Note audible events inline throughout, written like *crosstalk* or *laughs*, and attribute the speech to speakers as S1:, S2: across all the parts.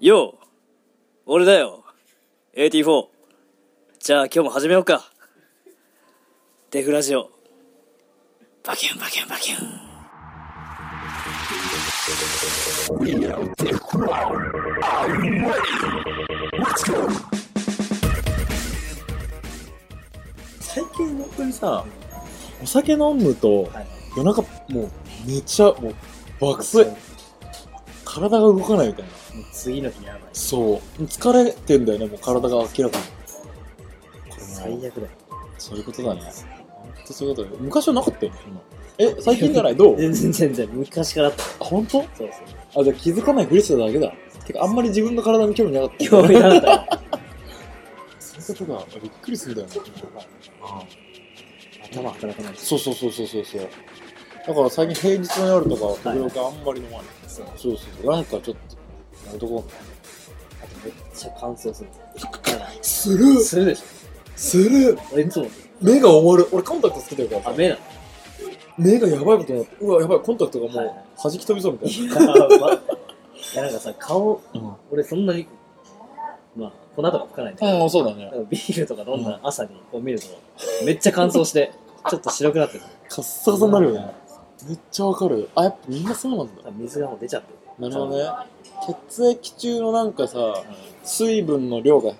S1: よう俺だよ AT4 じゃあ今日も始めようかデフラジオバキュンバキュンバキュン
S2: 最近本当にさ、お酒飲むと
S1: はい、
S2: 夜中もう寝ちゃう、もう爆睡、体が動かないみたいな。
S1: 次の日やばい
S2: そう。疲れてんだよね、もう体が明らかに。これも
S1: 最悪だよ
S2: そういうことだね。本当そういうことだよ。昔はなかったよね、今。え、最近じゃないど
S1: *laughs*
S2: う
S1: 全然全然昔からあった
S2: あ、本当？
S1: そう
S2: あ、じゃあ気づかないふりしてただけだ。てか、あんまり自分の体に興味なかった。
S1: *laughs* そう興味なかったよ
S2: そういうことだ。びっくりするんだよね。
S1: 頭働かないし
S2: そうそうそうそうそうそう。だから最近平日の夜とかは時
S1: はい
S2: 々あんまり飲まない。
S1: そうあ
S2: そうそうそう。なんかちょっと、やめとこ
S1: とめっちゃ乾燥する
S2: う。する
S1: *laughs* するでしょ
S2: する
S1: 俺いつも
S2: 目が終わる。俺コンタクトつけてるから
S1: あ
S2: さ。
S1: *laughs* 目なの
S2: 目がやばいことになって、うわ、やばい、コンタクトがも
S1: は
S2: う
S1: いはい
S2: 弾き飛びそうみたい
S1: いやなんかさ顔
S2: な。
S1: 俺そんなにまあ粉とか吹かないんだけど
S2: うん、そうだ
S1: だ
S2: ね
S1: か。らビールとか飲んだ朝にこう見るとめっちゃ乾燥してちょっと白くなってる
S2: カッサカサになるよね。めっちゃわかる。あ、やっぱみんなそうなんだ。
S1: 水がもう出ちゃってる
S2: なるほどね。血液中のなんかさ、
S1: う
S2: 水分の量が、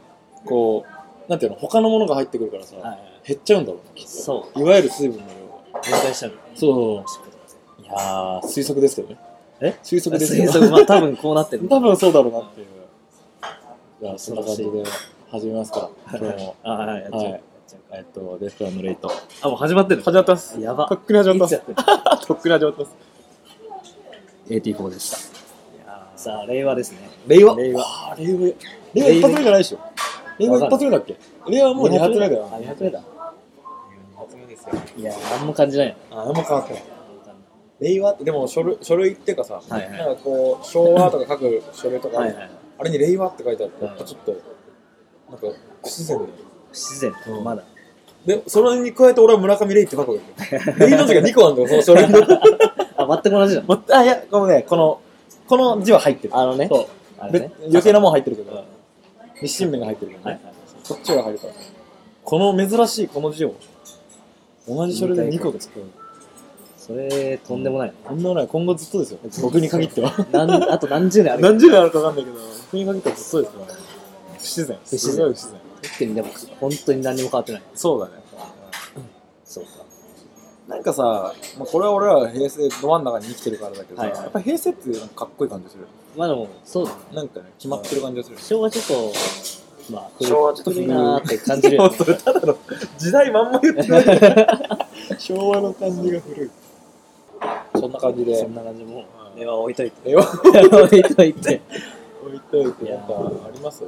S2: こう、なんていうの、他のものが入ってくるからさ、
S1: んはいはい
S2: 減っちゃうんだろうね、きっ
S1: そ
S2: と。いわゆる水分の量が。
S1: う分解しちゃう
S2: そう
S1: そう
S2: いやー、推測ですけどね。
S1: え
S2: 推測です
S1: 水
S2: よ。
S1: 槽まあ多分こうなって *laughs* る
S2: 多分そうだろうなっていう。じゃあ、そんな感じで始めますか。今日も。
S1: あはいやっちゃう
S2: はい
S1: やっちゃう
S2: えっと、レストランのレイト。
S1: あもう始まってる
S2: 始まってます。
S1: や
S2: と
S1: ば
S2: っくに始ま
S1: い
S2: っ
S1: つ
S2: て
S1: や
S2: ま
S1: ってる
S2: す。とっくに始まってます。AT4 でした。
S1: さあ令和ですね
S2: 令和
S1: 令和
S2: あー令和。令和一発目じゃないでしょ。令和一発目だっけ令和もう二発目だよ
S1: あ。二発目だ
S2: 二発目ですよ。
S1: いや何も感じないよ
S2: あ、何も変わってない。令和って、でも書類書類っていうかさ、
S1: はいはい
S2: なんかこう、昭和とか書く書類とかあ
S1: は
S2: る
S1: い
S2: じゃん
S1: はい
S2: あれに令和って書いてあると、
S1: はい
S2: やっぱちょっと、なんか、不自然だよ。
S1: 不自然
S2: うん
S1: まだ
S2: で、それに加えて俺は村上レイって書くわけよ。レイの字が2個あるんだよ、その書類の。
S1: あ全く同じだ
S2: も *laughs* あ、いや、このね、この、この字は入ってる。
S1: あのね
S2: そ
S1: あ
S2: う。
S1: れ
S2: で
S1: ね
S2: 余計なもん入ってるけ
S1: うんは
S2: ど、日清麺が入ってるけど
S1: い
S2: ね。
S1: はい
S2: こっちが入るから。この珍しいこの字を、同じ書類で2個で作る。
S1: それとんでもない
S2: こんなのない、今後ずっとですよ。僕に限っては。
S1: なんあと何十年ある
S2: 何十年あるかわかんないけど、僕に限ってはずっとですからね。不自然。
S1: 自然
S2: すごい不自然。
S1: ってみでも本当に何も変わってない
S2: そうだね。
S1: そうか
S2: なんかさ、まあ、これは俺らは平成ど真ん中に生きてるからだけどさ、
S1: はいはい
S2: やっぱ平成ってなんかかっこいい感じする。
S1: まあでもそうだね
S2: なんかね、決まってる感じがする。
S1: 昭和ちょっとまあ古い
S2: 昭和ちょっと古い
S1: 古いなーって感じるよね
S2: でもそれただの時代まんま言ってない昭和の感じが古い。そんな感じ
S1: そ
S2: で
S1: ん、な感じも根は置いといて
S2: 絵を
S1: 置いといて
S2: 置いとい
S1: い
S2: て、
S1: や
S2: なんかあります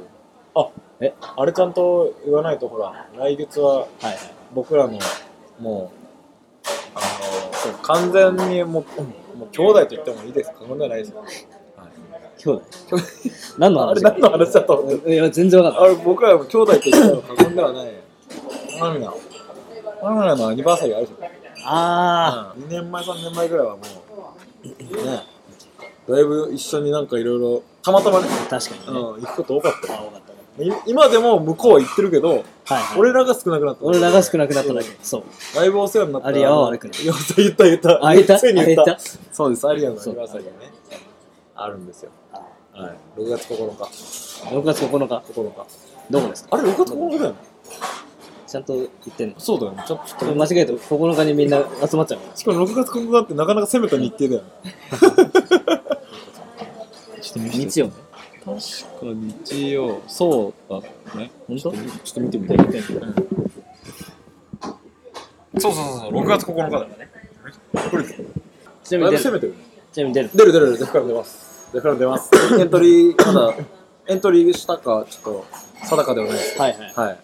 S2: あ、え、あれちゃんと言わないとほら、来月は
S1: はいはい
S2: 僕らの、もう、あの、完全にもう、もう兄弟と言ってもいいです。過言ではないですよ。
S1: 兄弟何の
S2: あれ
S1: 話
S2: 何の話だったの
S1: いや全然わかん
S2: あれ僕らも兄弟と言っても過言ではない。マミナ。マミナのアニバーサリーあるじゃん。
S1: ないあ
S2: 2年前、3年前ぐらいはもう、ね、だいぶ一緒になんかいろいろ、たまたまね、
S1: あ確かに
S2: う
S1: ね
S2: ん、行くこと多かったよ。
S1: あ多かったね
S2: い今でも向こうは行ってるけど、
S1: はいはい
S2: 俺らが少なくなった。
S1: 俺らが少なくなっただけ
S2: そう。
S1: そう
S2: だいぶお世話になった。
S1: アリアは悪くない
S2: いや言った言った。
S1: あいたあ
S2: ついに言
S1: い
S2: った。
S1: た
S2: そうです、アリアのアニバーサリーがね、あるんですよ。
S1: あ
S2: はい。6月9日。
S1: 6月9日
S2: 9日。
S1: どこですか
S2: あれ、6月9日だよね。
S1: ちゃんと言ってんの
S2: そうだよね。ちょっと
S1: 間違えて9日にみんな集まっちゃうから
S2: しかも6月9日ってなかなか攻めた日程だよね。ちょっと見
S1: 日曜ね
S2: 確か日曜、そうだね。
S1: 本当
S2: ちょっと見てみて。そうそうそう、6月9日だよね。これ、だい
S1: ちなみに
S2: ぶ
S1: 出る
S2: 攻めてる。
S1: ちなみに出る
S2: 出る出る、デフから出ます。デフから出ます。エントリー、まだ、エントリーしたか、ちょっと、定かではないです。
S1: はいはい
S2: はい。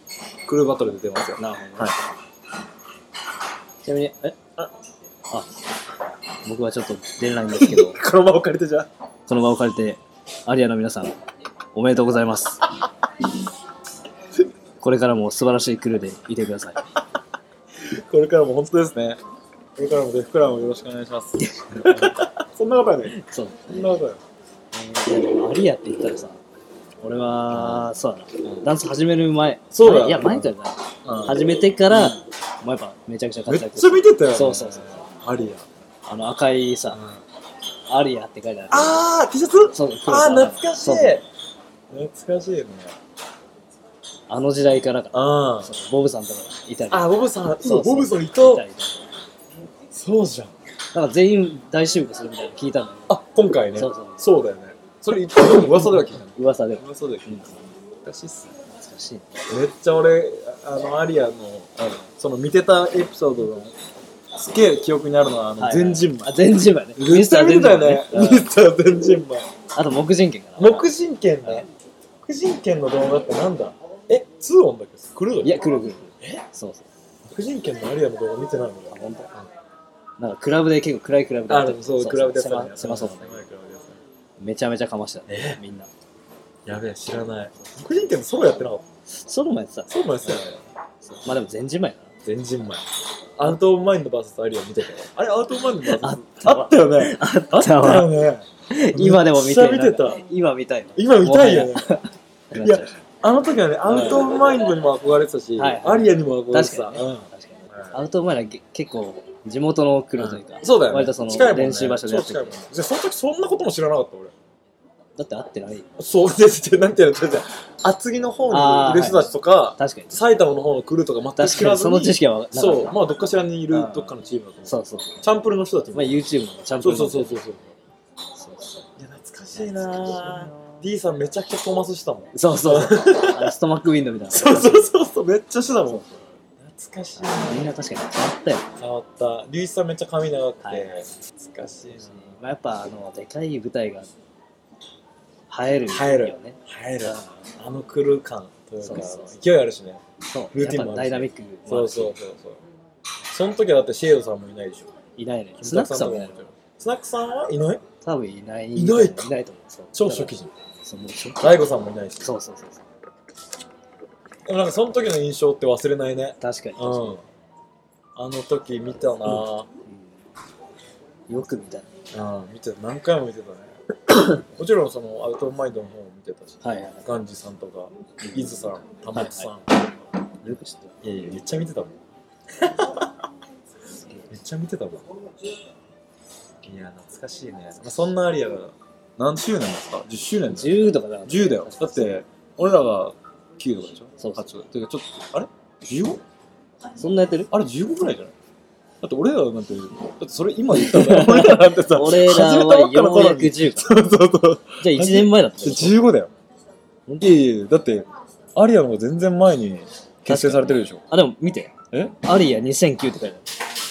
S2: クルーバトルで出ますよ。
S1: なるほどね
S2: はい。
S1: ちなみに、えあ、あ、僕はちょっと出れないんですけ
S2: *laughs*
S1: ど、
S2: この場を借りてじゃあ。
S1: この場を借りて、アリアの皆さん、おめでとうございます。これからも素晴らしいクルーでいてください。
S2: これからも本当ですね。これからもデフクラブよろしくお願いします。 *laughs* そんなことはね。
S1: そう。
S2: そんなことはね。
S1: いやでもアリアって言ったらさ、俺は、そうだな、
S2: うん
S1: ダンス始める前。
S2: そうだよ
S1: いや、前からだな。
S2: うん
S1: 始めてから、もうやっぱめちゃくちゃ活
S2: め
S1: 躍
S2: っちゃ見てたよ、ね、
S1: そうそうそうそう。
S2: ありや、
S1: あの赤い
S2: あ
S1: さ、アリアって書いてある。
S2: あー T シャツ
S1: そうそう
S2: あー懐かしい
S1: そうそう
S2: 懐かしいね
S1: あの時代からか。
S2: あ
S1: そ
S2: ー
S1: うボブさんとかいたり。
S2: あボブさん今
S1: そうそう
S2: ボブさんいた
S1: いたりとか
S2: そうじゃん
S1: なんか全員大集合するみたいなの聞いたのよ
S2: あ今回ね
S1: そうそう
S2: だよねそれ言ったの噂では聞いたの
S1: 噂では
S2: 噂では聞いた懐かしいっすね
S1: 懐かしい
S2: めっちゃ俺ああのアリアのその見てたエピソードのすげえ記憶にあるのはあの全人
S1: あ
S2: 馬
S1: 全人馬ね
S2: めっちゃ見てたよね
S1: ミスター全人馬
S2: ミスター全人馬
S1: あと木人犬かな
S2: 黙人犬ね黙人犬の動画ってなんだえツーオンだっけクルーだっ
S1: い
S2: け
S1: や来る来るえそうそう
S2: 黙人犬のアリアの動画見てないのか
S1: あ本当。なんかクラブで結構暗いクラブで
S2: あ
S1: やって
S2: で
S1: る
S2: もそうクラブでや
S1: 狭狭そうだねめちゃめちゃかましたねみんな
S2: やべえ知らない黙人犬もそうやってなかった
S1: ソロもやってた
S2: そうなんですよね
S1: そうまあでも全人馬や
S2: 全人前アウトオブマインド VS アリア見てたよあれアウトオブマインド VS
S1: あっ
S2: あったよねあ
S1: なあった
S2: ったよ
S1: わ
S2: ね
S1: 今でも見てる
S2: めっちゃ見てた
S1: 今見たいの
S2: 今見たいよね
S1: なっ
S2: い
S1: ちゃ
S2: や
S1: う
S2: あの時はねアウトオブマインドにも憧れてたし
S1: はいはい
S2: アリアにも憧れて
S1: 確
S2: た
S1: かにね
S2: うん
S1: 確かにアウト前ら結構地元の苦労というか、
S2: そうだよね
S1: 割とその
S2: 近いもんね
S1: 練習場所でやってて
S2: 超近いもんじゃあその時そんなことも知らなかった俺
S1: だって会ってない
S2: そうですってなんていうのちょ
S1: *laughs*
S2: っと厚木の方にいる人たちとか
S1: 確かに
S2: 埼玉の方の来るとか全く
S1: 確
S2: 知
S1: からに
S2: ず
S1: その知識はなかった
S2: そうまあどっかしらにいるどっかのチームだと思
S1: そうそう
S2: うチャンプルの人たちも
S1: まあ YouTube のチャンプ
S2: そ
S1: ル
S2: う
S1: ー
S2: そ
S1: の
S2: うそう
S1: そ
S2: そうそう
S1: うそう
S2: いや懐かしいなぁ D さんめちゃくちゃトーマスしたもん
S1: そうそうそうあのストマックウィンドウみたいな
S2: そうそうそうそうめっちゃしてたもん懐かしいな
S1: みんな確かに変わったよ、
S2: 触った龍一さんめっちゃ髪長くて、
S1: はい
S2: 懐かしいな
S1: まあ、やっぱあのでかい舞台が映える
S2: 映える
S1: よね
S2: 入るあの来る感というか
S1: そうそうそう
S2: 勢いあるしね
S1: そう
S2: ルー
S1: や
S2: ティ
S1: っ
S2: ンも
S1: ぱダ
S2: あるし
S1: イナミックもあるし
S2: そうそうそうそうその時はだってシェードさんもいないでしょ
S1: いないねスナックさんもいない
S2: キムタクとかスナックさんはいない
S1: 多分いない
S2: いないか
S1: いないと思うそう
S2: 超初期じゃん
S1: そうもう初期
S2: 大悟さんもいないし
S1: そうそうそうそう
S2: でもなんかその時の印象って忘れないね
S1: 確かに
S2: う
S1: 確かに、
S2: んあの時見たなぁ、
S1: うんよく見たね
S2: ああ見てた何回も見てたね *coughs* もちろんそのアウトオブマインドの方も見てたし
S1: はいはい
S2: ガンジさんとか伊豆さん玉津さん、
S1: よく知ってる
S2: いやいや *laughs* めっちゃ見てたもんめっちゃ見てたもんいや懐かしいね、まあ、そんなアリアが何周年ですか10周年だよ
S1: 10とかだから
S2: 10だよだって俺らが9とかでしょ
S1: そうそう
S2: 8とかてかちょっとあれ 15?
S1: そんなやってる
S2: あれ15ぐらいじゃないだって俺らなんてだってそれ今言ったんだよ俺らなんてさ
S1: 俺ら
S2: 始めたば
S1: は
S2: っかの
S1: よう
S2: 頃
S1: や
S2: に
S1: く10か
S2: そうそうそう。
S1: じゃあ1年前だったよ
S2: 15だよ。
S1: 本
S2: いやいやだって、アリアの方が全然前に結成されてるでしょ。
S1: あでも見て
S2: え
S1: アリア2009って書いてある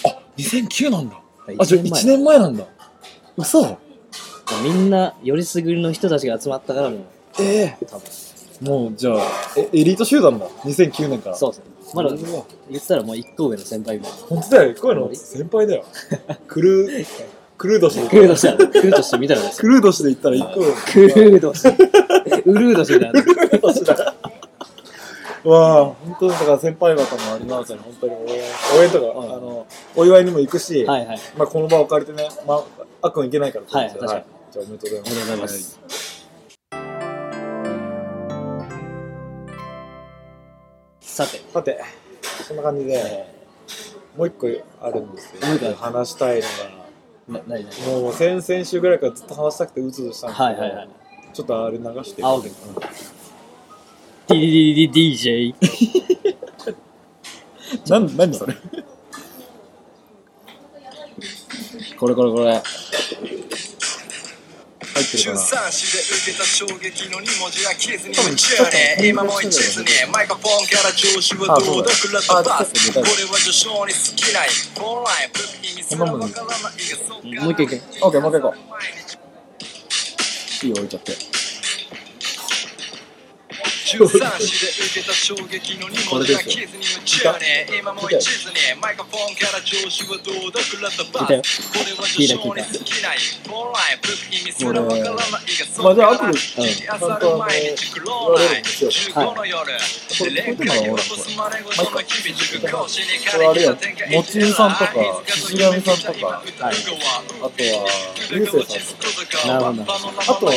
S2: あ、2009なんだ。
S1: はい
S2: あ、じゃあ
S1: 一
S2: 1年前なんだ。嘘
S1: 前みんなよりすぐりの人たちが集まったからもう
S2: ええ
S1: 多分
S2: もうじゃあ、えエリート集団だ。2009年から。。
S1: そううそうまだ
S2: うわ
S1: 言ったらもう1個上の先輩みたいな
S2: 本当だよ。こういうの先輩だよ。ク
S1: *laughs*
S2: ルー、クルード氏で。
S1: クルードしたらクルードしてみたらです
S2: クルード氏で言ったら1個上。
S1: クルードして *laughs* ウルードしてた
S2: クルード氏だ。 *laughs* わあ、本当にだから先輩方のアリナーさんに本当に応援、応援とか、
S1: うん
S2: あの、お祝いにも行くし、
S1: はいはい
S2: まあ、この場を借りてね、まあ、あっくんいけないから
S1: はい
S2: じゃ
S1: 確かに
S2: あおめでとうございます。
S1: おめでとうございますさて
S2: はい。さて、そんな感じで、
S1: え
S2: もう一個あるんですけ
S1: もう一個あ
S2: ど、
S1: る
S2: 話したいの
S1: ーな何何
S2: が、もう先々週ぐらいからずっと話したくてうつうつしたんですけど、
S1: はいはいはい
S2: ちょっとあれ流して。
S1: あ OK DDDDJ
S2: *laughs* なん、何それ
S1: これこれこれ
S2: 入ってる
S3: 中
S2: かな
S3: 3市で受けた衝撃の2文字は消えずに夢中に今も一途にマイクロフォンから調子はどうだくらとバス俺は序章に好きない本来武器にすらわからないがそうか
S1: もう一回いけ
S2: オッケー、もう一回行こう。いいよ、置いちゃって。
S3: 13市で受けた衝撃の荷物が傷に夢中ね今も一途にマイクロフォンから上司はどうだくらったばこれは序章に尽きない本来武器意味すらわからないがそんなに日朝る毎日苦労ない15の夜レンカに落とすまれごとの日々塾講師に借りた展開
S2: もちみさんとか石上さんとか
S3: は
S2: あ
S3: い
S2: とは流星さんとか
S1: なるほど
S3: あとあ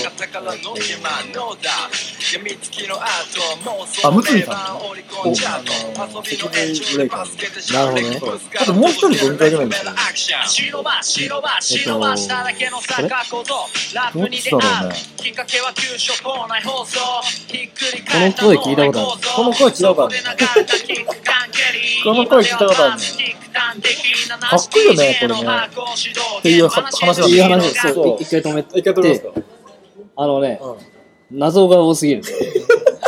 S2: あムツミさんとあのセキュリティブレイカーの
S3: ムツミさんとあのセキュリティブレイカーのなるほどね
S2: あともう一人どんくらいぐらいいますかね
S3: 白馬白馬白馬下だけの坂こそラッ
S2: ど
S3: プ
S2: っ
S3: に
S2: ち
S3: 出
S2: だろう
S3: 会う
S2: ね
S3: きっかけは急所校内放送ひっくり
S1: こ
S3: 返
S1: の
S3: った
S1: 声聞いたことある
S2: この声聞いたことあるね
S3: こ
S2: こ
S3: の
S2: の
S3: 声
S2: 声聞
S3: 聞い
S2: い
S3: た
S2: たこ
S3: こ
S2: ととあ
S3: あ
S2: る
S3: る
S2: ね
S3: ねかっこいいよねこれねっていう話なんだ
S2: っていう話
S1: そう
S2: そう
S1: 一回止めて
S2: 一回撮りますか
S1: あのね、
S2: うん
S1: 謎が多すぎる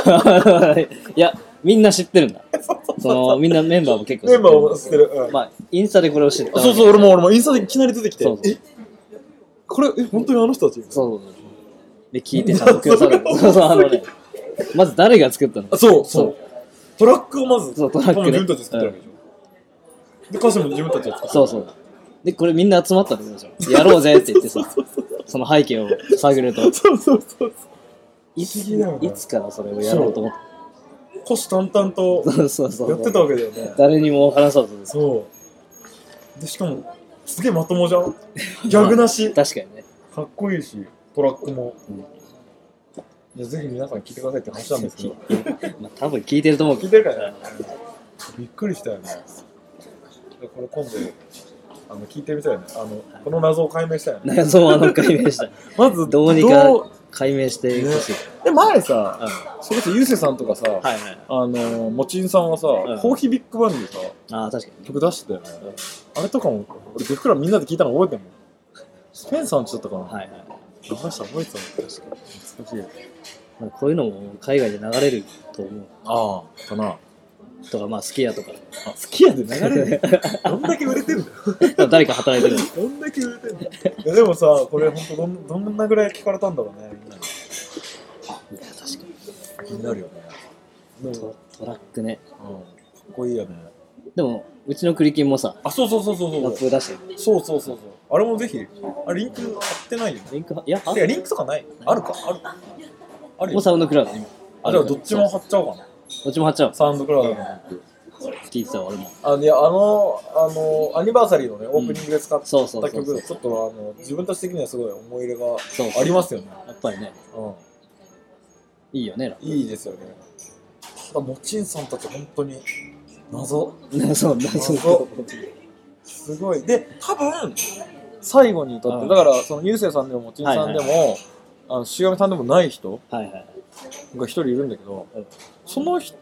S2: *laughs*
S1: いやみんな知ってるんだそのみんなメンバーも結構知
S2: メ
S1: って
S2: ン
S1: る
S2: バーを捨てる、うん
S1: まあインスタでこれを知った
S2: あそうそう俺も俺もインスタでいきなり出てきて
S1: そうそう
S2: えこれえ本当にあの人たち
S1: そうそうそうで聞いてちゃんとくださる *laughs* そうそうあのねまず誰が作ったの
S2: あそうそ
S1: そう
S2: うトラックをまず
S1: そうトラックね
S2: 多分自分たちで作ってるわけでしょで歌詞も自分たち
S1: *laughs*
S2: で作って
S1: そうそうでこれみんな集まったってことでしょやろうぜって言ってさその背景を探ると
S2: そうそうそう
S1: いつ
S2: 不思議だよね
S1: いつからそれをやろうと思っ
S2: 虎視眈々と
S1: たそうそうそう
S2: やってたわけだよね
S1: 誰にも話さずです
S2: そうでしかもすげえまともじゃんギャグなし
S1: 確かにね
S2: かっこいいしトラックも、いやぜひ皆さん聞いてくださいって話なんですけど
S1: まあ多分聞いてると思うけ
S2: 聞
S1: ど
S2: いてるからねびっくりしたよねでこれ今度あの聞いてみたいねあのこの謎を解明したいね
S1: 謎はあの解明した
S2: まず
S1: どうに
S2: ど
S1: か
S2: う
S1: 解明してほしい、
S2: え前さ、
S1: うん
S2: それこそゆうせいさんとかさ、
S1: はいはいはい
S2: あのーもちんさんはさ、
S1: ん
S2: コーヒービッグバンでさ
S1: ああ確かに
S2: 曲出してたよね、あれとかも俺デフクラみんなで聞いたの覚えてるもんスペンさんちだったかな、
S1: はいはい
S2: 流した覚えてたの懐かしい
S1: まあこういうのも海外で流れると思う
S2: ああかなあ
S1: とかまあ好きやとか
S2: 好きやで流れるねどんだけ売れてるんだ
S1: 誰か働いてる
S2: どんだけ売れてんだいやでもさこれほんとどんどんなぐらい聞かれたんだろうねみんなに
S1: いや確か
S2: 気になるよねで
S1: に
S2: も、
S1: トトラックね
S2: うん、かっこいいよね
S1: でもうちの栗金もさ
S2: あそうそうそうそう
S1: ラ
S2: そう
S1: ップ出してる
S2: そうそうそうそうあれもぜひあリンク貼ってないよね
S1: リンクはいやあ
S2: いやリンクとかないあるかあるある
S1: もう
S2: よ
S1: サウンドクラウドにも
S2: あじゃあどっちも貼っちゃおうかな
S1: そうどっちも貼っちゃおう
S2: サウンドクラウドのリンク
S1: 聞いてたわ俺も
S2: あのいやあのあのアニバーサリーのねオープニングで使った
S1: そうそうそうそ
S2: 曲
S1: う
S2: ちょっとあの自分たち的にはすごい思い入れ
S1: そう
S2: がありますよね
S1: やっぱりね
S2: うん
S1: いいよねラ
S2: いいですよね。ただ、もちんさんたち、本当に謎、
S1: ップそうそう
S2: 謎、すごい。で、多分最後にとって、だから、その、ゆうせいさんでも、もちんさんでも、
S1: は
S2: あの、しがみさんでもない人
S1: はいはい
S2: が一人いるんだけど、
S1: うん
S2: その人、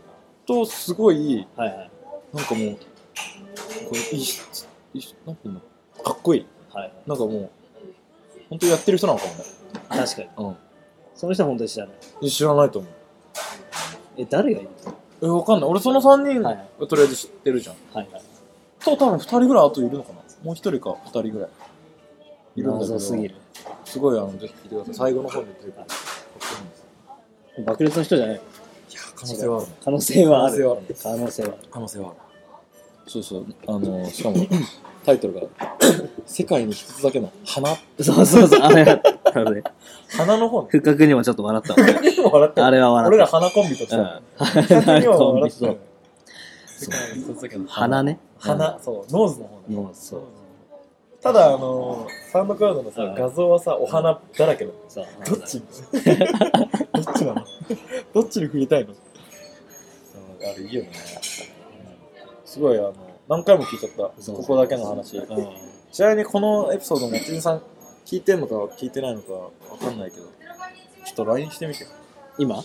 S2: すごい、
S1: はいはい
S2: なんかもう、こういい人、いい人なんていうの、かっこいい。
S1: はい
S2: なんかもう、本当にやってる人なのかもね。
S1: 確かに
S2: うん
S1: その人は本当に知らない
S2: いや。知らないと思う。
S1: え誰がいる
S2: え、わかんない。俺、その3人、
S1: はいはい
S2: とりあえず知ってるじゃん。
S1: はいはい
S2: と多分2人ぐらいあといるのかなもう1人か2人ぐらいいるんだけ
S1: 謎
S2: ど
S1: すぎる
S2: すごいあのぜひ聞いてください最後の方に出てくるかっこいいんです
S1: 爆裂の人じゃない
S2: 可能性はあるね
S1: 可能性はあ
S2: 可能
S1: る
S2: 性はある
S1: 可能性はある
S2: 可能性はあるそうそうあのし *coughs* かもタイトルが「世界に一つだけの花
S1: そうそうそう、あれだったのね。」
S2: 花の方に
S1: 不覚にもちょっと笑ったわ。
S2: でも笑ってる
S1: あれは笑
S2: 俺
S1: っ
S2: ら花コンビとして
S1: た。うん。
S2: 二人には
S1: *laughs* コンビ
S2: *laughs* 笑って
S1: そ
S2: る
S1: う
S2: ね世界に一つだけの
S1: 鼻ね。
S2: 花そうノーズの方
S1: うん。
S2: ね
S1: もうそう。
S2: ただあのサウンドクラウドのさ
S1: うん
S2: 画像はさお花だらけだ
S1: そう。
S2: どっ *laughs* ちどっちなのどっちに振りたいのあれいいよね。すごい、あの、何回も聞いちゃった。
S1: そう
S2: ここだけの話。
S1: うん。
S2: ちなみにこのエピソード、松井さん聞いてんのか聞いてないのかわかんないけど、ちょっと LINE してみてよ。
S1: 今
S2: う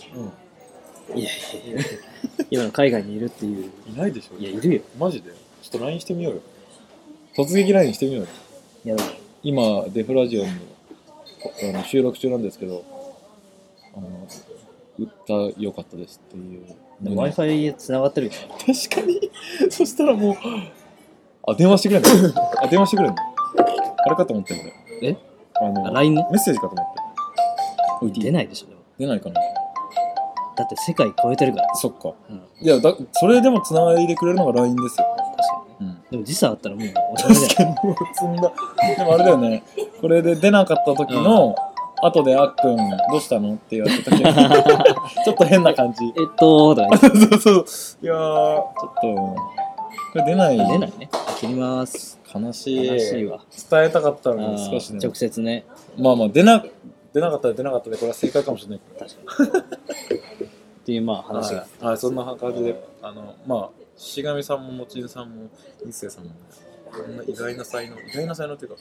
S1: いやいやいや *laughs* 今の海外にいるっていう。
S2: ん。いないでしょ
S1: いや、いるよ。
S2: マジでちょっと LINE してみようよ。突撃 LINE してみようよ。
S1: いや、
S2: 今、デフラジオにこあの収録中なんですけど、あの、歌良かったですっていう。
S1: Wi-Fi 繋がってるから。
S2: 確かに。 *laughs* そしたらもう、あ、電話してくれんのあ、電話してくれ
S1: *laughs*
S2: んのあれかと思ったよ、俺。
S1: え
S2: あの、
S1: あ
S2: メ
S1: LINE ね。
S2: ッセージかと思った。
S1: 出ないでしょ、でも。
S2: 出ないかな。
S1: だって世界超えてるから。
S2: そっか。
S1: うん。確
S2: いや、だ、それでも繋いでくれるのが LINE ですよ。
S1: かにね。
S2: うん。
S1: でも時差あったらも *laughs* うお互いだ
S2: 確
S1: よ。
S2: かに、もう積んだ。でもあれだよね。これで出なかった時の、後であっくん、どうしたのって言われた時ちょっと変な感じ。
S1: えっと、だから
S2: そうそうそう。いやー、ちょっと、これ出ない。
S1: 出ないね。切ります。
S2: 悲しい。
S1: 悲しいわ。
S2: 伝えたかったの
S1: あ
S2: に
S1: ー
S2: 少しね。
S1: 直接ね。
S2: まあまあ、出な、出なかったら出なかったで、これは正解かもしれないけど。
S1: 確かに。っていう、まあ話が。
S2: はいはい、そんな感じで、あの、まあ、しがみさんも、もちんさんも、いっせいさんも、こんな意外な才能、意外な才能っていうか、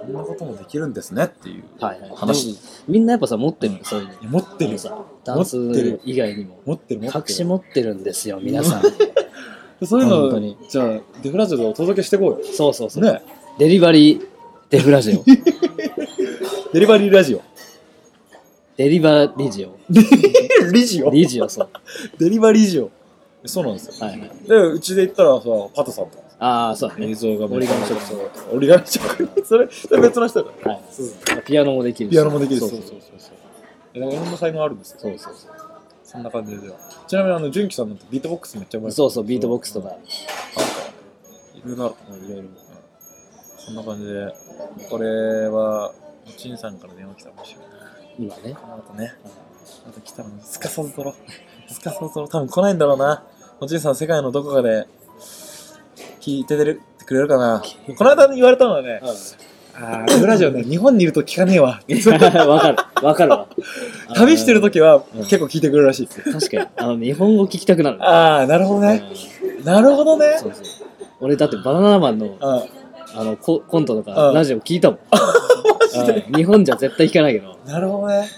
S2: こんなこともできるんですねっていう
S1: はいはい。
S2: 話。
S1: でもみんなやっぱさ、持ってるのそういうの。
S2: 持ってるよ
S1: あのさ。ダンス
S2: 持ってる
S1: 以外にも。
S2: 持ってる、持ってる。
S1: 隠し持ってるんですよ、皆さん。
S2: そういう
S1: 本当に
S2: の、じゃあ、デフラジオでお届けしていこうよ。
S1: そうそうそう。
S2: ね。
S1: デリバリー、デフラジオ。
S2: デリバリーラジオ。
S1: デリバリジオ。
S2: リジ
S1: *laughs*
S2: オ
S1: リジオ、そう。
S2: デリバリージオ。そうなんですよ。
S1: はいはい。
S2: で、うちで言ったらさ、パトさんと。
S1: ああ、そうだ
S2: 映
S1: ね。
S2: 像が
S1: 折り紙ショップ
S2: そう折り紙ショップそれそれ別の人だから
S1: はい。ピアノもできるし
S2: ピアノもできる
S1: そ
S2: し
S1: う
S2: そう
S1: そ
S2: そう
S1: う。
S2: そうそうえなんかいろんな才能あるんですよそうそうそうそんな感じでじゃあちなみにあの純喜さんなんてビートボックスめっちゃうまい
S1: そうそう、ビートボックスとか。
S2: いろいろあるかないろいろうんそんな感じでこれはちんさんから電話来たかもしれない
S1: 今ね。
S2: この後ねまた来たらすかさず撮ろう *laughs* すかさず撮ろう多分来ないんだろうなおじいさん世界のどこかで聞いてるてくれるかなこの間言われたのはね、ああ、ブラジオね、日本にいると聞かねえ *laughs* わ。
S1: わかる、わかる
S2: *laughs*
S1: わ。
S2: 旅してるときは
S1: うん
S2: 結構聞いてくれるらしいですよ。
S1: 確かに。あの、日本語聞きたくなる。
S2: ああ、なるほどね。
S1: うん
S2: なるほどね。
S1: そうそう。俺だってバナナマンの
S2: うん。
S1: あのココントとか
S2: うん
S1: ラジオ聞いたもん。うん日本じゃ絶対聞かないけど、
S2: なるほどね。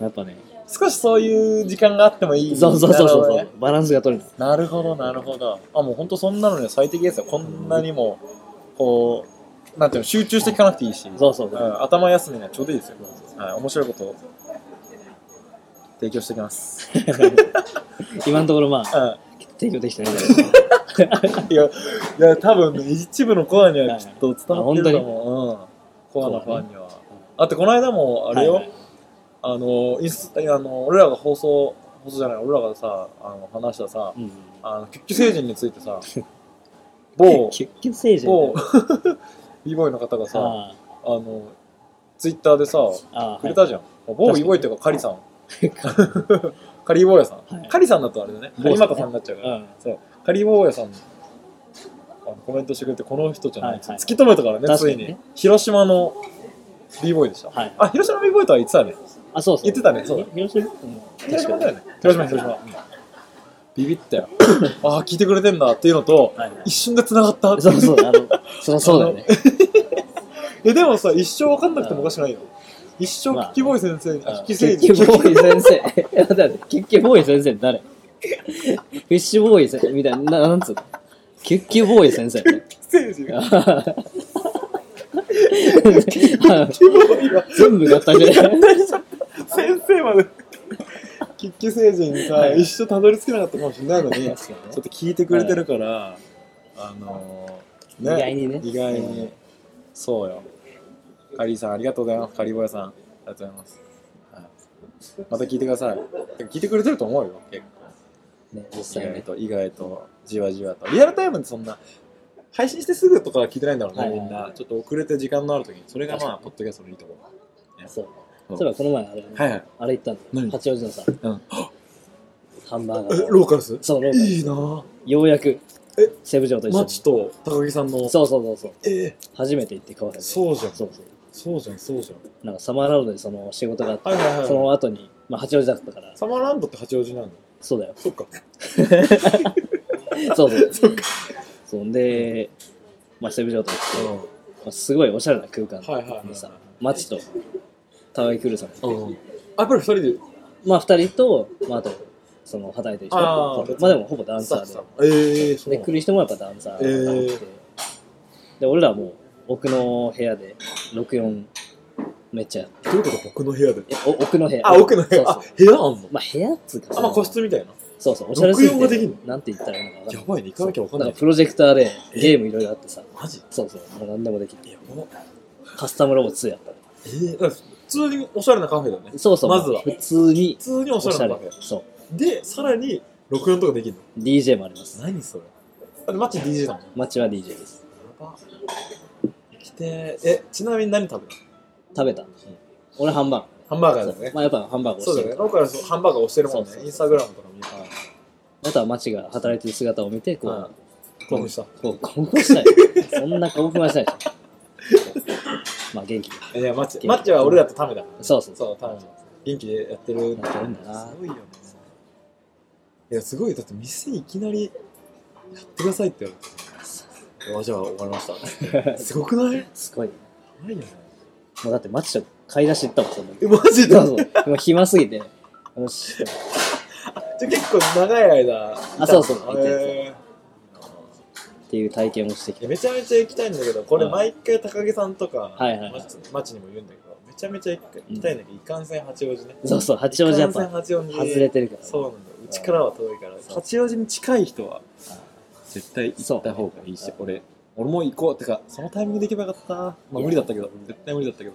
S1: やっぱね、
S2: 少しそういう時間があってもいい。
S1: そうそうそう
S2: なる
S1: そ
S2: ほ
S1: う、
S2: どね
S1: バランスが取れる。
S2: なるほど、なるほど。あ、もう本当そんなのには最適ですよ。こんなにも、こう、なんていうの、集中して聞かなくていいし。
S1: そうそうそうう。
S2: ん、頭休みにはちょうどいいですよ。はい、面白いことを提供していきます。うん。
S1: *laughs* 今のところまあ、提供できてないんだけど、
S2: いや、いや、多分、ね、一部のコアにはきっと伝わってると思う。うん。コアのファンには。あって、この間 *laughs* も、あれよ、
S1: はいはい
S2: あの、インスタ、いやあの、俺らが放送、放送じゃない、俺らがさ、あの、話したさ、
S1: うん。
S2: あの、キュッキュ星人についてさ、某、
S1: キュッキュ星人。
S2: 某、b *laughs* ボーイの方がさ、あ
S1: あ
S2: の、ツイッターでさ、
S1: あ、ああ、
S2: くれ
S1: は
S2: たじゃん。某 b ボーイっていうか、カリさん。カリーボーヤさん。
S1: はい
S2: カリさんだとあれだね、カ
S1: 坊
S2: リ
S1: さんね
S2: マカさんになっちゃうから。
S1: い。うん。
S2: そう、カリーボーヤさん、あのコメントしてくれて、この人じゃない、
S1: はいはい
S2: 突き止めたからね、
S1: 確
S2: つ
S1: か
S2: い
S1: にね
S2: に。広島の b ボーイでした。
S1: はい
S2: あ、広島の b ボーイとは言ってたね。
S1: あ、そうそう。
S2: 言ってたねそう
S1: ひ広島うん
S2: 広島
S1: 確
S2: だ
S1: か
S2: よね。広島、広島。ビビったよ。 *clears throat* ああ、聞いてくれてんだっていうのと、
S1: はいはい
S2: 一瞬で繋がった。
S1: に。そうそう、あの、そのそうだよね。
S2: *laughs* え、でもさ、一生わかんなくてもおかしくないよ。一生
S1: まあ
S2: キッキーボーイ先生に、あ、
S1: あ
S2: キ
S1: キ
S2: ッキー
S1: ッ
S2: 星
S1: キ
S2: 人
S1: ーボーイ先生。 *laughs* え待って待ってキッキーボーイ先生って誰フィッシュボーイ先生みたいな、ななんつうのキッキーボーイ先生。
S2: 星人。
S1: あはは *laughs* 全部合体してる。
S2: 先生まで。キッキー星人にさ、
S1: はい
S2: 一生たどり着けなかったかもしれないのに、ちょっ
S1: 確かにね
S2: と聞いてくれてるから、あのー
S1: 意外にね
S2: 意外に。
S1: うん
S2: そうよ。カリーさん、ありがとうございます。カリーボヤさん、ありがとうございます。はいまた聞いてください。てか聞いてくれてると思うよ、結構。
S1: ね、実
S2: 意
S1: 際
S2: 外
S1: ね。
S2: と、意外と、じわじわと。リアルタイムでそんな、配信してすぐとかは聞いてないんだろうね、
S1: はいはい
S2: みんな。ちょっと遅れて時間のある時に。それがまあ、ポッドキャストのいいところ。
S1: そう。
S2: うん
S1: そういえばこの前あれ、
S2: はいはい。
S1: あれ行った
S2: 何
S1: の。八王子のさ、
S2: うん
S1: ハンバーガ
S2: え
S1: ー。
S2: ローカルス
S1: そう、ローカル
S2: いいなぁ。
S1: ようやく
S2: え、
S1: セブ城と一緒
S2: マッ
S1: に。
S2: チ
S1: そ
S2: と高木さんの。
S1: うそうそうそう。
S2: え
S1: 初めて行って川原で。
S2: ー、そうじゃん。
S1: そうそう。
S2: そうじゃん、そうじゃん。
S1: なんかサマーラウンドでその仕事があって、
S2: はいはいはい
S1: その後に、まあ八王子だったから、
S2: サマーランドって八王子なんだ。
S1: そうだ
S2: *laughs*
S1: よ。
S2: そっか。
S1: そうそう。そうそうで、まあセブ城と行って、
S2: うん。
S1: まあ、すごいおしゃれな空間
S2: はいはいはい
S1: にさ、マッチと、タワイクルーさんがいて
S2: うん。あ、やっぱり二人で。
S1: まあ二人と、まああと、その働いてる人
S2: あー
S1: そう
S2: 別に
S1: まあでもほぼダン
S2: ス
S1: サ
S2: タ
S1: ーで
S2: ッフ。さん。ええー、そう
S1: で、
S2: なんだ
S1: 来る人もやっぱダンサーが多くて、で、俺らはもう奥の部屋で64めっちゃやって、
S2: どういうこと僕の部屋で。
S1: えお奥の部屋。
S2: あ、奥の部屋。
S1: そう
S2: あ
S1: そう、
S2: 部屋あんの
S1: まあ部屋っつうか
S2: あ、まあ個室みたいな。
S1: そうそう、おしゃれすぎ
S2: 録音ができ
S1: て
S2: んの、
S1: なんて言ったらいいのか分かん
S2: や
S1: ない。
S2: ばいね、行かなきゃわかん
S1: な
S2: なんい
S1: か。プロジェクターでゲームいろいろあってさ、
S2: マジ
S1: そうそう、もう何でもできる。
S2: やば
S1: カスタムロボ2やった
S2: ええだから普通におしゃれなカフェだね。
S1: そうそう、
S2: まずは。
S1: 普通に
S2: 普通におし
S1: おし
S2: ゃ
S1: ゃ
S2: れな
S1: れ
S2: カフェ。。
S1: そう。
S2: で、さらに、録音とかできるの。
S1: DJ もあります
S2: 何それ。あマッチ DJ だもん。や
S1: 町は DJ です
S2: ば。来て、え、ちなみに何食べた
S1: 食べた俺ハンバ
S2: ハンバーガ
S1: ー
S2: ー
S1: グ
S2: だよね。
S1: まあやっぱハンバーグを
S2: そう
S1: して
S2: だよ
S1: る
S2: ね。ローカルハンバーガー押してるもんね
S1: そうそう。そう
S2: インスタグラムとか見る。
S1: あとは町が働いてる姿を見てこう
S2: 興奮した。
S1: こう興奮
S2: *laughs*
S1: したいそんな興奮はしないでしょまあ元気で
S2: いや、マッチ。マッチは俺らとタメだ。
S1: そうそう
S2: そう、タメ。元気でやってる。
S1: やってるんだな
S2: すごいよね。いや、すごいよ。だって店いきなり、やってくださいって言われて。あじゃあ終わりました。 *laughs* すごくないや
S1: すごい
S2: ばいよね。
S1: もうだってマッチと買い出し行ったもんその時
S2: え、マ
S1: そ
S2: ジでじゃ
S1: うそうもう暇すぎてよし
S2: あ結構長い間。
S1: あそうそういた
S2: え
S1: っていう体験をしてき
S2: ー、
S1: て
S2: めちゃめちゃ行きたいんだけど、これ
S1: うん
S2: 毎回高木さんとか、
S1: はいはいはい
S2: マッチマッチにも言うんだけど、めちゃめちゃ行きたいんだけど、いかんせん八王子ね。
S1: そうそう八王子やっ
S2: いかんせん
S1: ぱ
S2: 八王子。
S1: 外れてるから
S2: そうなんだよ。うちからは遠いから。
S1: そう
S2: 八王子に近い人は、絶対行った方がいいし
S1: そ、う
S2: 俺、俺も行こう。てか、そのタイミングで行けばよかったな。まあ無理だったけど、絶対無理だったけど。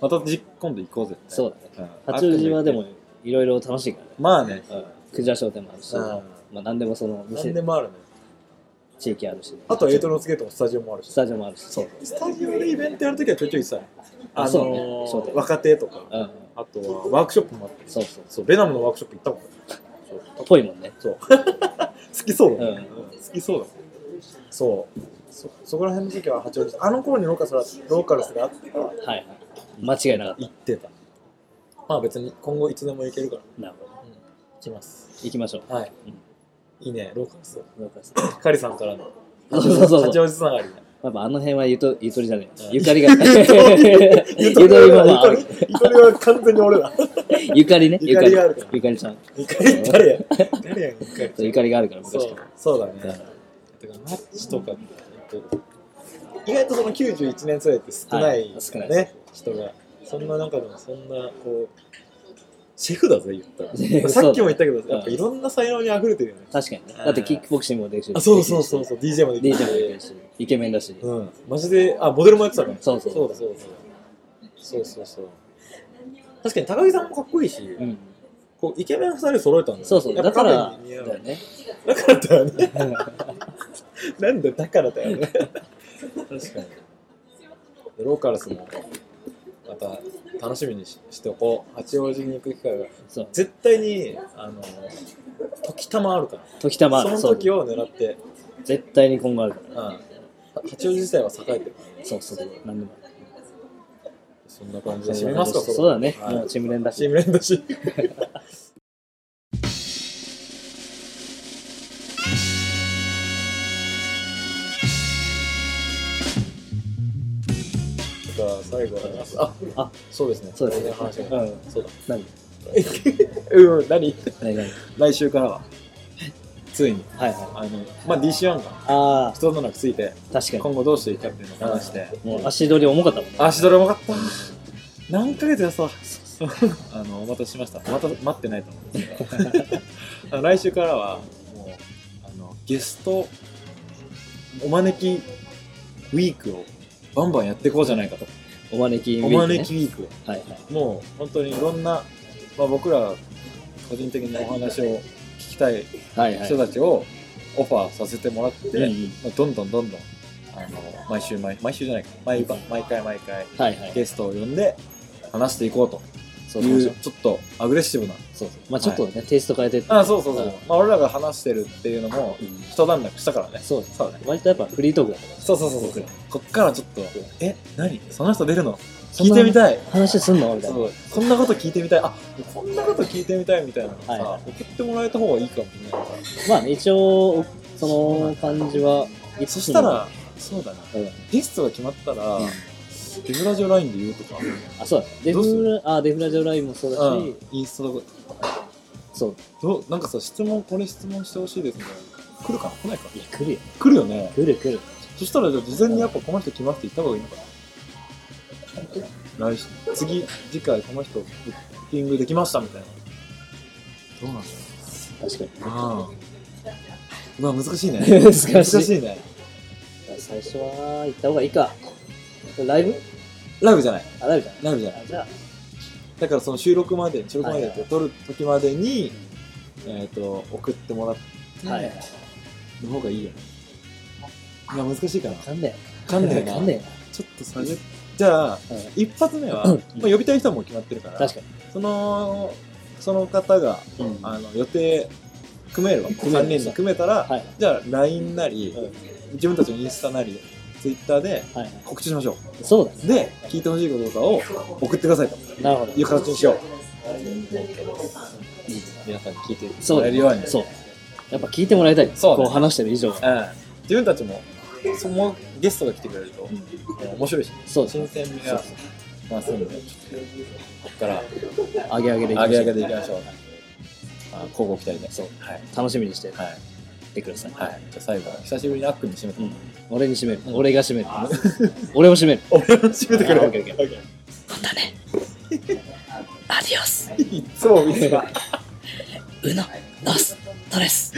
S2: またじ今度行こうぜ。
S1: そうだね
S2: うん。
S1: 八王子はでもいろいろ楽しいからね
S2: まあね、
S1: クジラ商店もあるし、
S2: うん
S1: まあ何でもその
S2: 何
S1: 店
S2: でもあるね。
S1: 地域あるし、
S2: あと、エイトロスケートもスタジオもあるし。
S1: スタジオもあるし
S2: そう。スタジオでイベントやるときはちょいちょいさ、
S1: あ
S2: あの
S1: そうね
S2: ー
S1: そうだよ
S2: 若手とか、
S1: うん
S2: あとはワークショップもあって、
S1: そうそう
S2: そう、ベナムのワークショップ行ったもんね。
S1: っぽいもんね *laughs*
S2: そう。好きそうだね、
S1: う
S2: うん好きそうだね。そう。そ、そこら辺の時は八王子、あの頃にローカルスローカルスがあってから
S1: はいはい間違いなかっ
S2: 行ってた。まあ別に今後いつでも行けるから、
S1: たなるほど
S2: 行きます。
S1: 行きましょう
S2: はい。
S1: うん
S2: いいね、ローカルス。
S1: そうかそ
S2: カリさんからの。
S1: うそうそう
S2: 八王子つながり。
S1: やっぱあの辺はゆとゆとりじゃねえ
S2: うん
S1: ゆかりが
S2: *laughs*
S1: ゆとりはまああ
S2: ゆ
S1: る
S2: とりゆとりは完全に俺だ。
S1: ゆかりね
S2: ゆかりがあるから
S1: *laughs* ゆかりちゃん
S2: ゆかり誰や誰やんゆかり
S1: そうゆかりがあるから
S2: そ
S1: 昔
S2: う
S1: から
S2: そうだねだからマッチとかって意外とその91年世代って少な
S1: はいい少ない
S2: ね人がそんな中でもそんなこうシェフだぜ言った
S1: そう
S2: ら
S1: だ
S2: さっきも言ったけどやっぱ
S1: うん
S2: いろんな才能に溢れてるよね
S1: 確かにねだってキックボクシングもできるし
S2: あそうそうそうそう *laughs* DJ もでき
S1: DJ も
S2: る
S1: できるしイケメンだし
S2: うんマジであモデルもやってたね
S1: そうそう
S2: そうだそうだそうだそうそうそう確かに高木さんもかっこいいし、
S1: うん
S2: こうイケメン2人揃えたんだよ
S1: そうそう
S2: やっぱ
S1: だから
S2: 彼に似合う
S1: だよね
S2: だからだよね。なんでだからだよね。確かに。ローカルスも、また楽しみにししておこう。八王子に行く機会が。
S1: そう
S2: 絶対に、あの、時たまあるから。
S1: 時たまある
S2: そ
S1: そ
S2: の
S1: う
S2: 時を狙って、
S1: 絶対に今後あるか
S2: うん。
S1: ら
S2: 八王子自体は栄えてるから。
S1: そうそう何でもある
S2: そんな感じで締めますか、こ
S1: そうだね、
S2: はい
S1: もうチーム連打し
S2: チーム連打し。じゃあ最後あります。あ、
S1: あ
S2: そうですね。
S1: そうですね
S2: 全然話が
S1: うん
S2: そうだ。
S1: 何
S2: うん、何？
S1: 何何
S2: 来週からはついに
S1: はいはい
S2: あのまあ DC1 が
S1: あ
S2: 一となくついて
S1: あ確か
S2: 今後どうしていくかっていうのを話して。
S1: にもう足取り重かったもんね
S2: 足取れもかった。何ヶ月やさ。あの、お待たせしました。また、待ってないと思うんですけど。 *laughs* あの来週からは、もう、あの、ゲスト、お招き、ウィークを、バンバンやっていこうじゃないかと。
S1: お招きウィー
S2: お
S1: クね
S2: 招きウィークを。
S1: はいはい
S2: もう、本当にいろんな、まあ、僕ら、個人的なお話を聞きたい
S1: はいはい
S2: 人たちを、オファーさせてもらって、
S1: うんうん
S2: まあどんどんどんどん、あの、毎週毎、毎週じゃないか。毎晩、毎回毎回、
S1: はいはい
S2: ゲストを呼んで話していこうと
S1: そう
S2: い
S1: そううそう
S2: ちょっとアグレッシブな
S1: そうそうまあちょっとね、テイスト変えてって
S2: あそうそうそう、
S1: うん
S2: まあ、俺らが話してるっていうのも
S1: うん
S2: 一段落したからね
S1: そう
S2: そうだね
S1: 割とやっぱフリートークだから
S2: そうそうそうそう
S1: 僕ら
S2: こっからちょっとえ何その人出るの聞いてみたい
S1: 話すんのみたいな
S2: そうこんなこと聞いてみたいあこんなこと聞いてみたいみたいなのさ、
S1: は
S2: 送ってもらえた方がいいかもね
S1: まあね一応その感じは
S2: そしたらそうだな
S1: うん
S2: ゲストが決まったら、
S1: うん
S2: デブラジオラインで言うとか、
S1: あそうだデ
S2: どうす
S1: フ
S2: る
S1: ラあデフラジオラインもそうだし、
S2: うん、インスタとか
S1: そう
S2: どうなんかさ質問これ質問してほしいですみたいな来るかな来ないか
S1: いや来るよ
S2: 来るよね
S1: 来る来る
S2: そしたらじゃあ事前にやっぱこの人来ますって言った方がいいのかな来週次次回この人ブッキングできましたみたいなどうなんだ
S1: 確かに
S2: ろうなうわ難しいね
S1: *laughs* 難しい
S2: 難しいね
S1: 最初は行った方がいいかライブ
S2: ライブじゃない
S1: あライブじゃない
S2: ライブじゃない
S1: あじゃあ
S2: だからその収録まで収録までって撮る時までにえっ、と、送ってもらって、
S1: はい。
S2: の方がいいよね。いや、難しいかな。
S1: かんね
S2: かんねえ
S1: え。
S2: な。
S1: かんね
S2: ちょっと探っじゃあ、
S1: えな。
S2: 一発目は、
S1: うん
S2: まあ、呼びたい人はもう決まってるから、
S1: 確か
S2: その、その方が、
S1: に。うん。は
S2: あの、予定、組めれば、
S1: 組める
S2: 3人で組めたら、
S1: い。
S2: じゃあ、LINE なり、
S1: うん
S2: 自分たちのインスタなり、Twitter で
S1: はいはい。
S2: 告知しましょ
S1: そうだね。
S2: う。で、聞いてほしいこととかを送ってくださいと
S1: なるほど。
S2: いう形にしよう。
S1: いいね
S2: 皆さんに聞いて
S1: そう
S2: も
S1: だ
S2: らえるように。
S1: ね。そう。やっぱ聞いてもらいたい。
S2: そうだ
S1: こ
S2: ね
S1: う話してる以上は。
S2: うん自分たちも、そのゲストが来てくれると、面白いし、
S1: そうですね。
S2: 新鮮味が増すんで、ちょっとこっから
S1: 上げ上げでいきま
S2: 上
S1: し
S2: げ
S1: ょう
S2: 上げでいきましょう。あ交互期待で。
S1: そう。
S2: はい。
S1: 楽しみにして
S2: はい。
S1: てください。
S2: はい。じゃあ最後、久しぶりにあっくんに締めて
S1: う。ん。俺に締める。
S2: うん
S1: 俺が締める。
S2: *laughs*
S1: 俺を締める。
S2: 俺を締めてくれ。
S1: あオッケーオッケー
S2: オッケ
S1: また
S2: *laughs*
S1: ね。アディオス。
S2: ーいつも見てた。
S1: うの、ノス、トレス。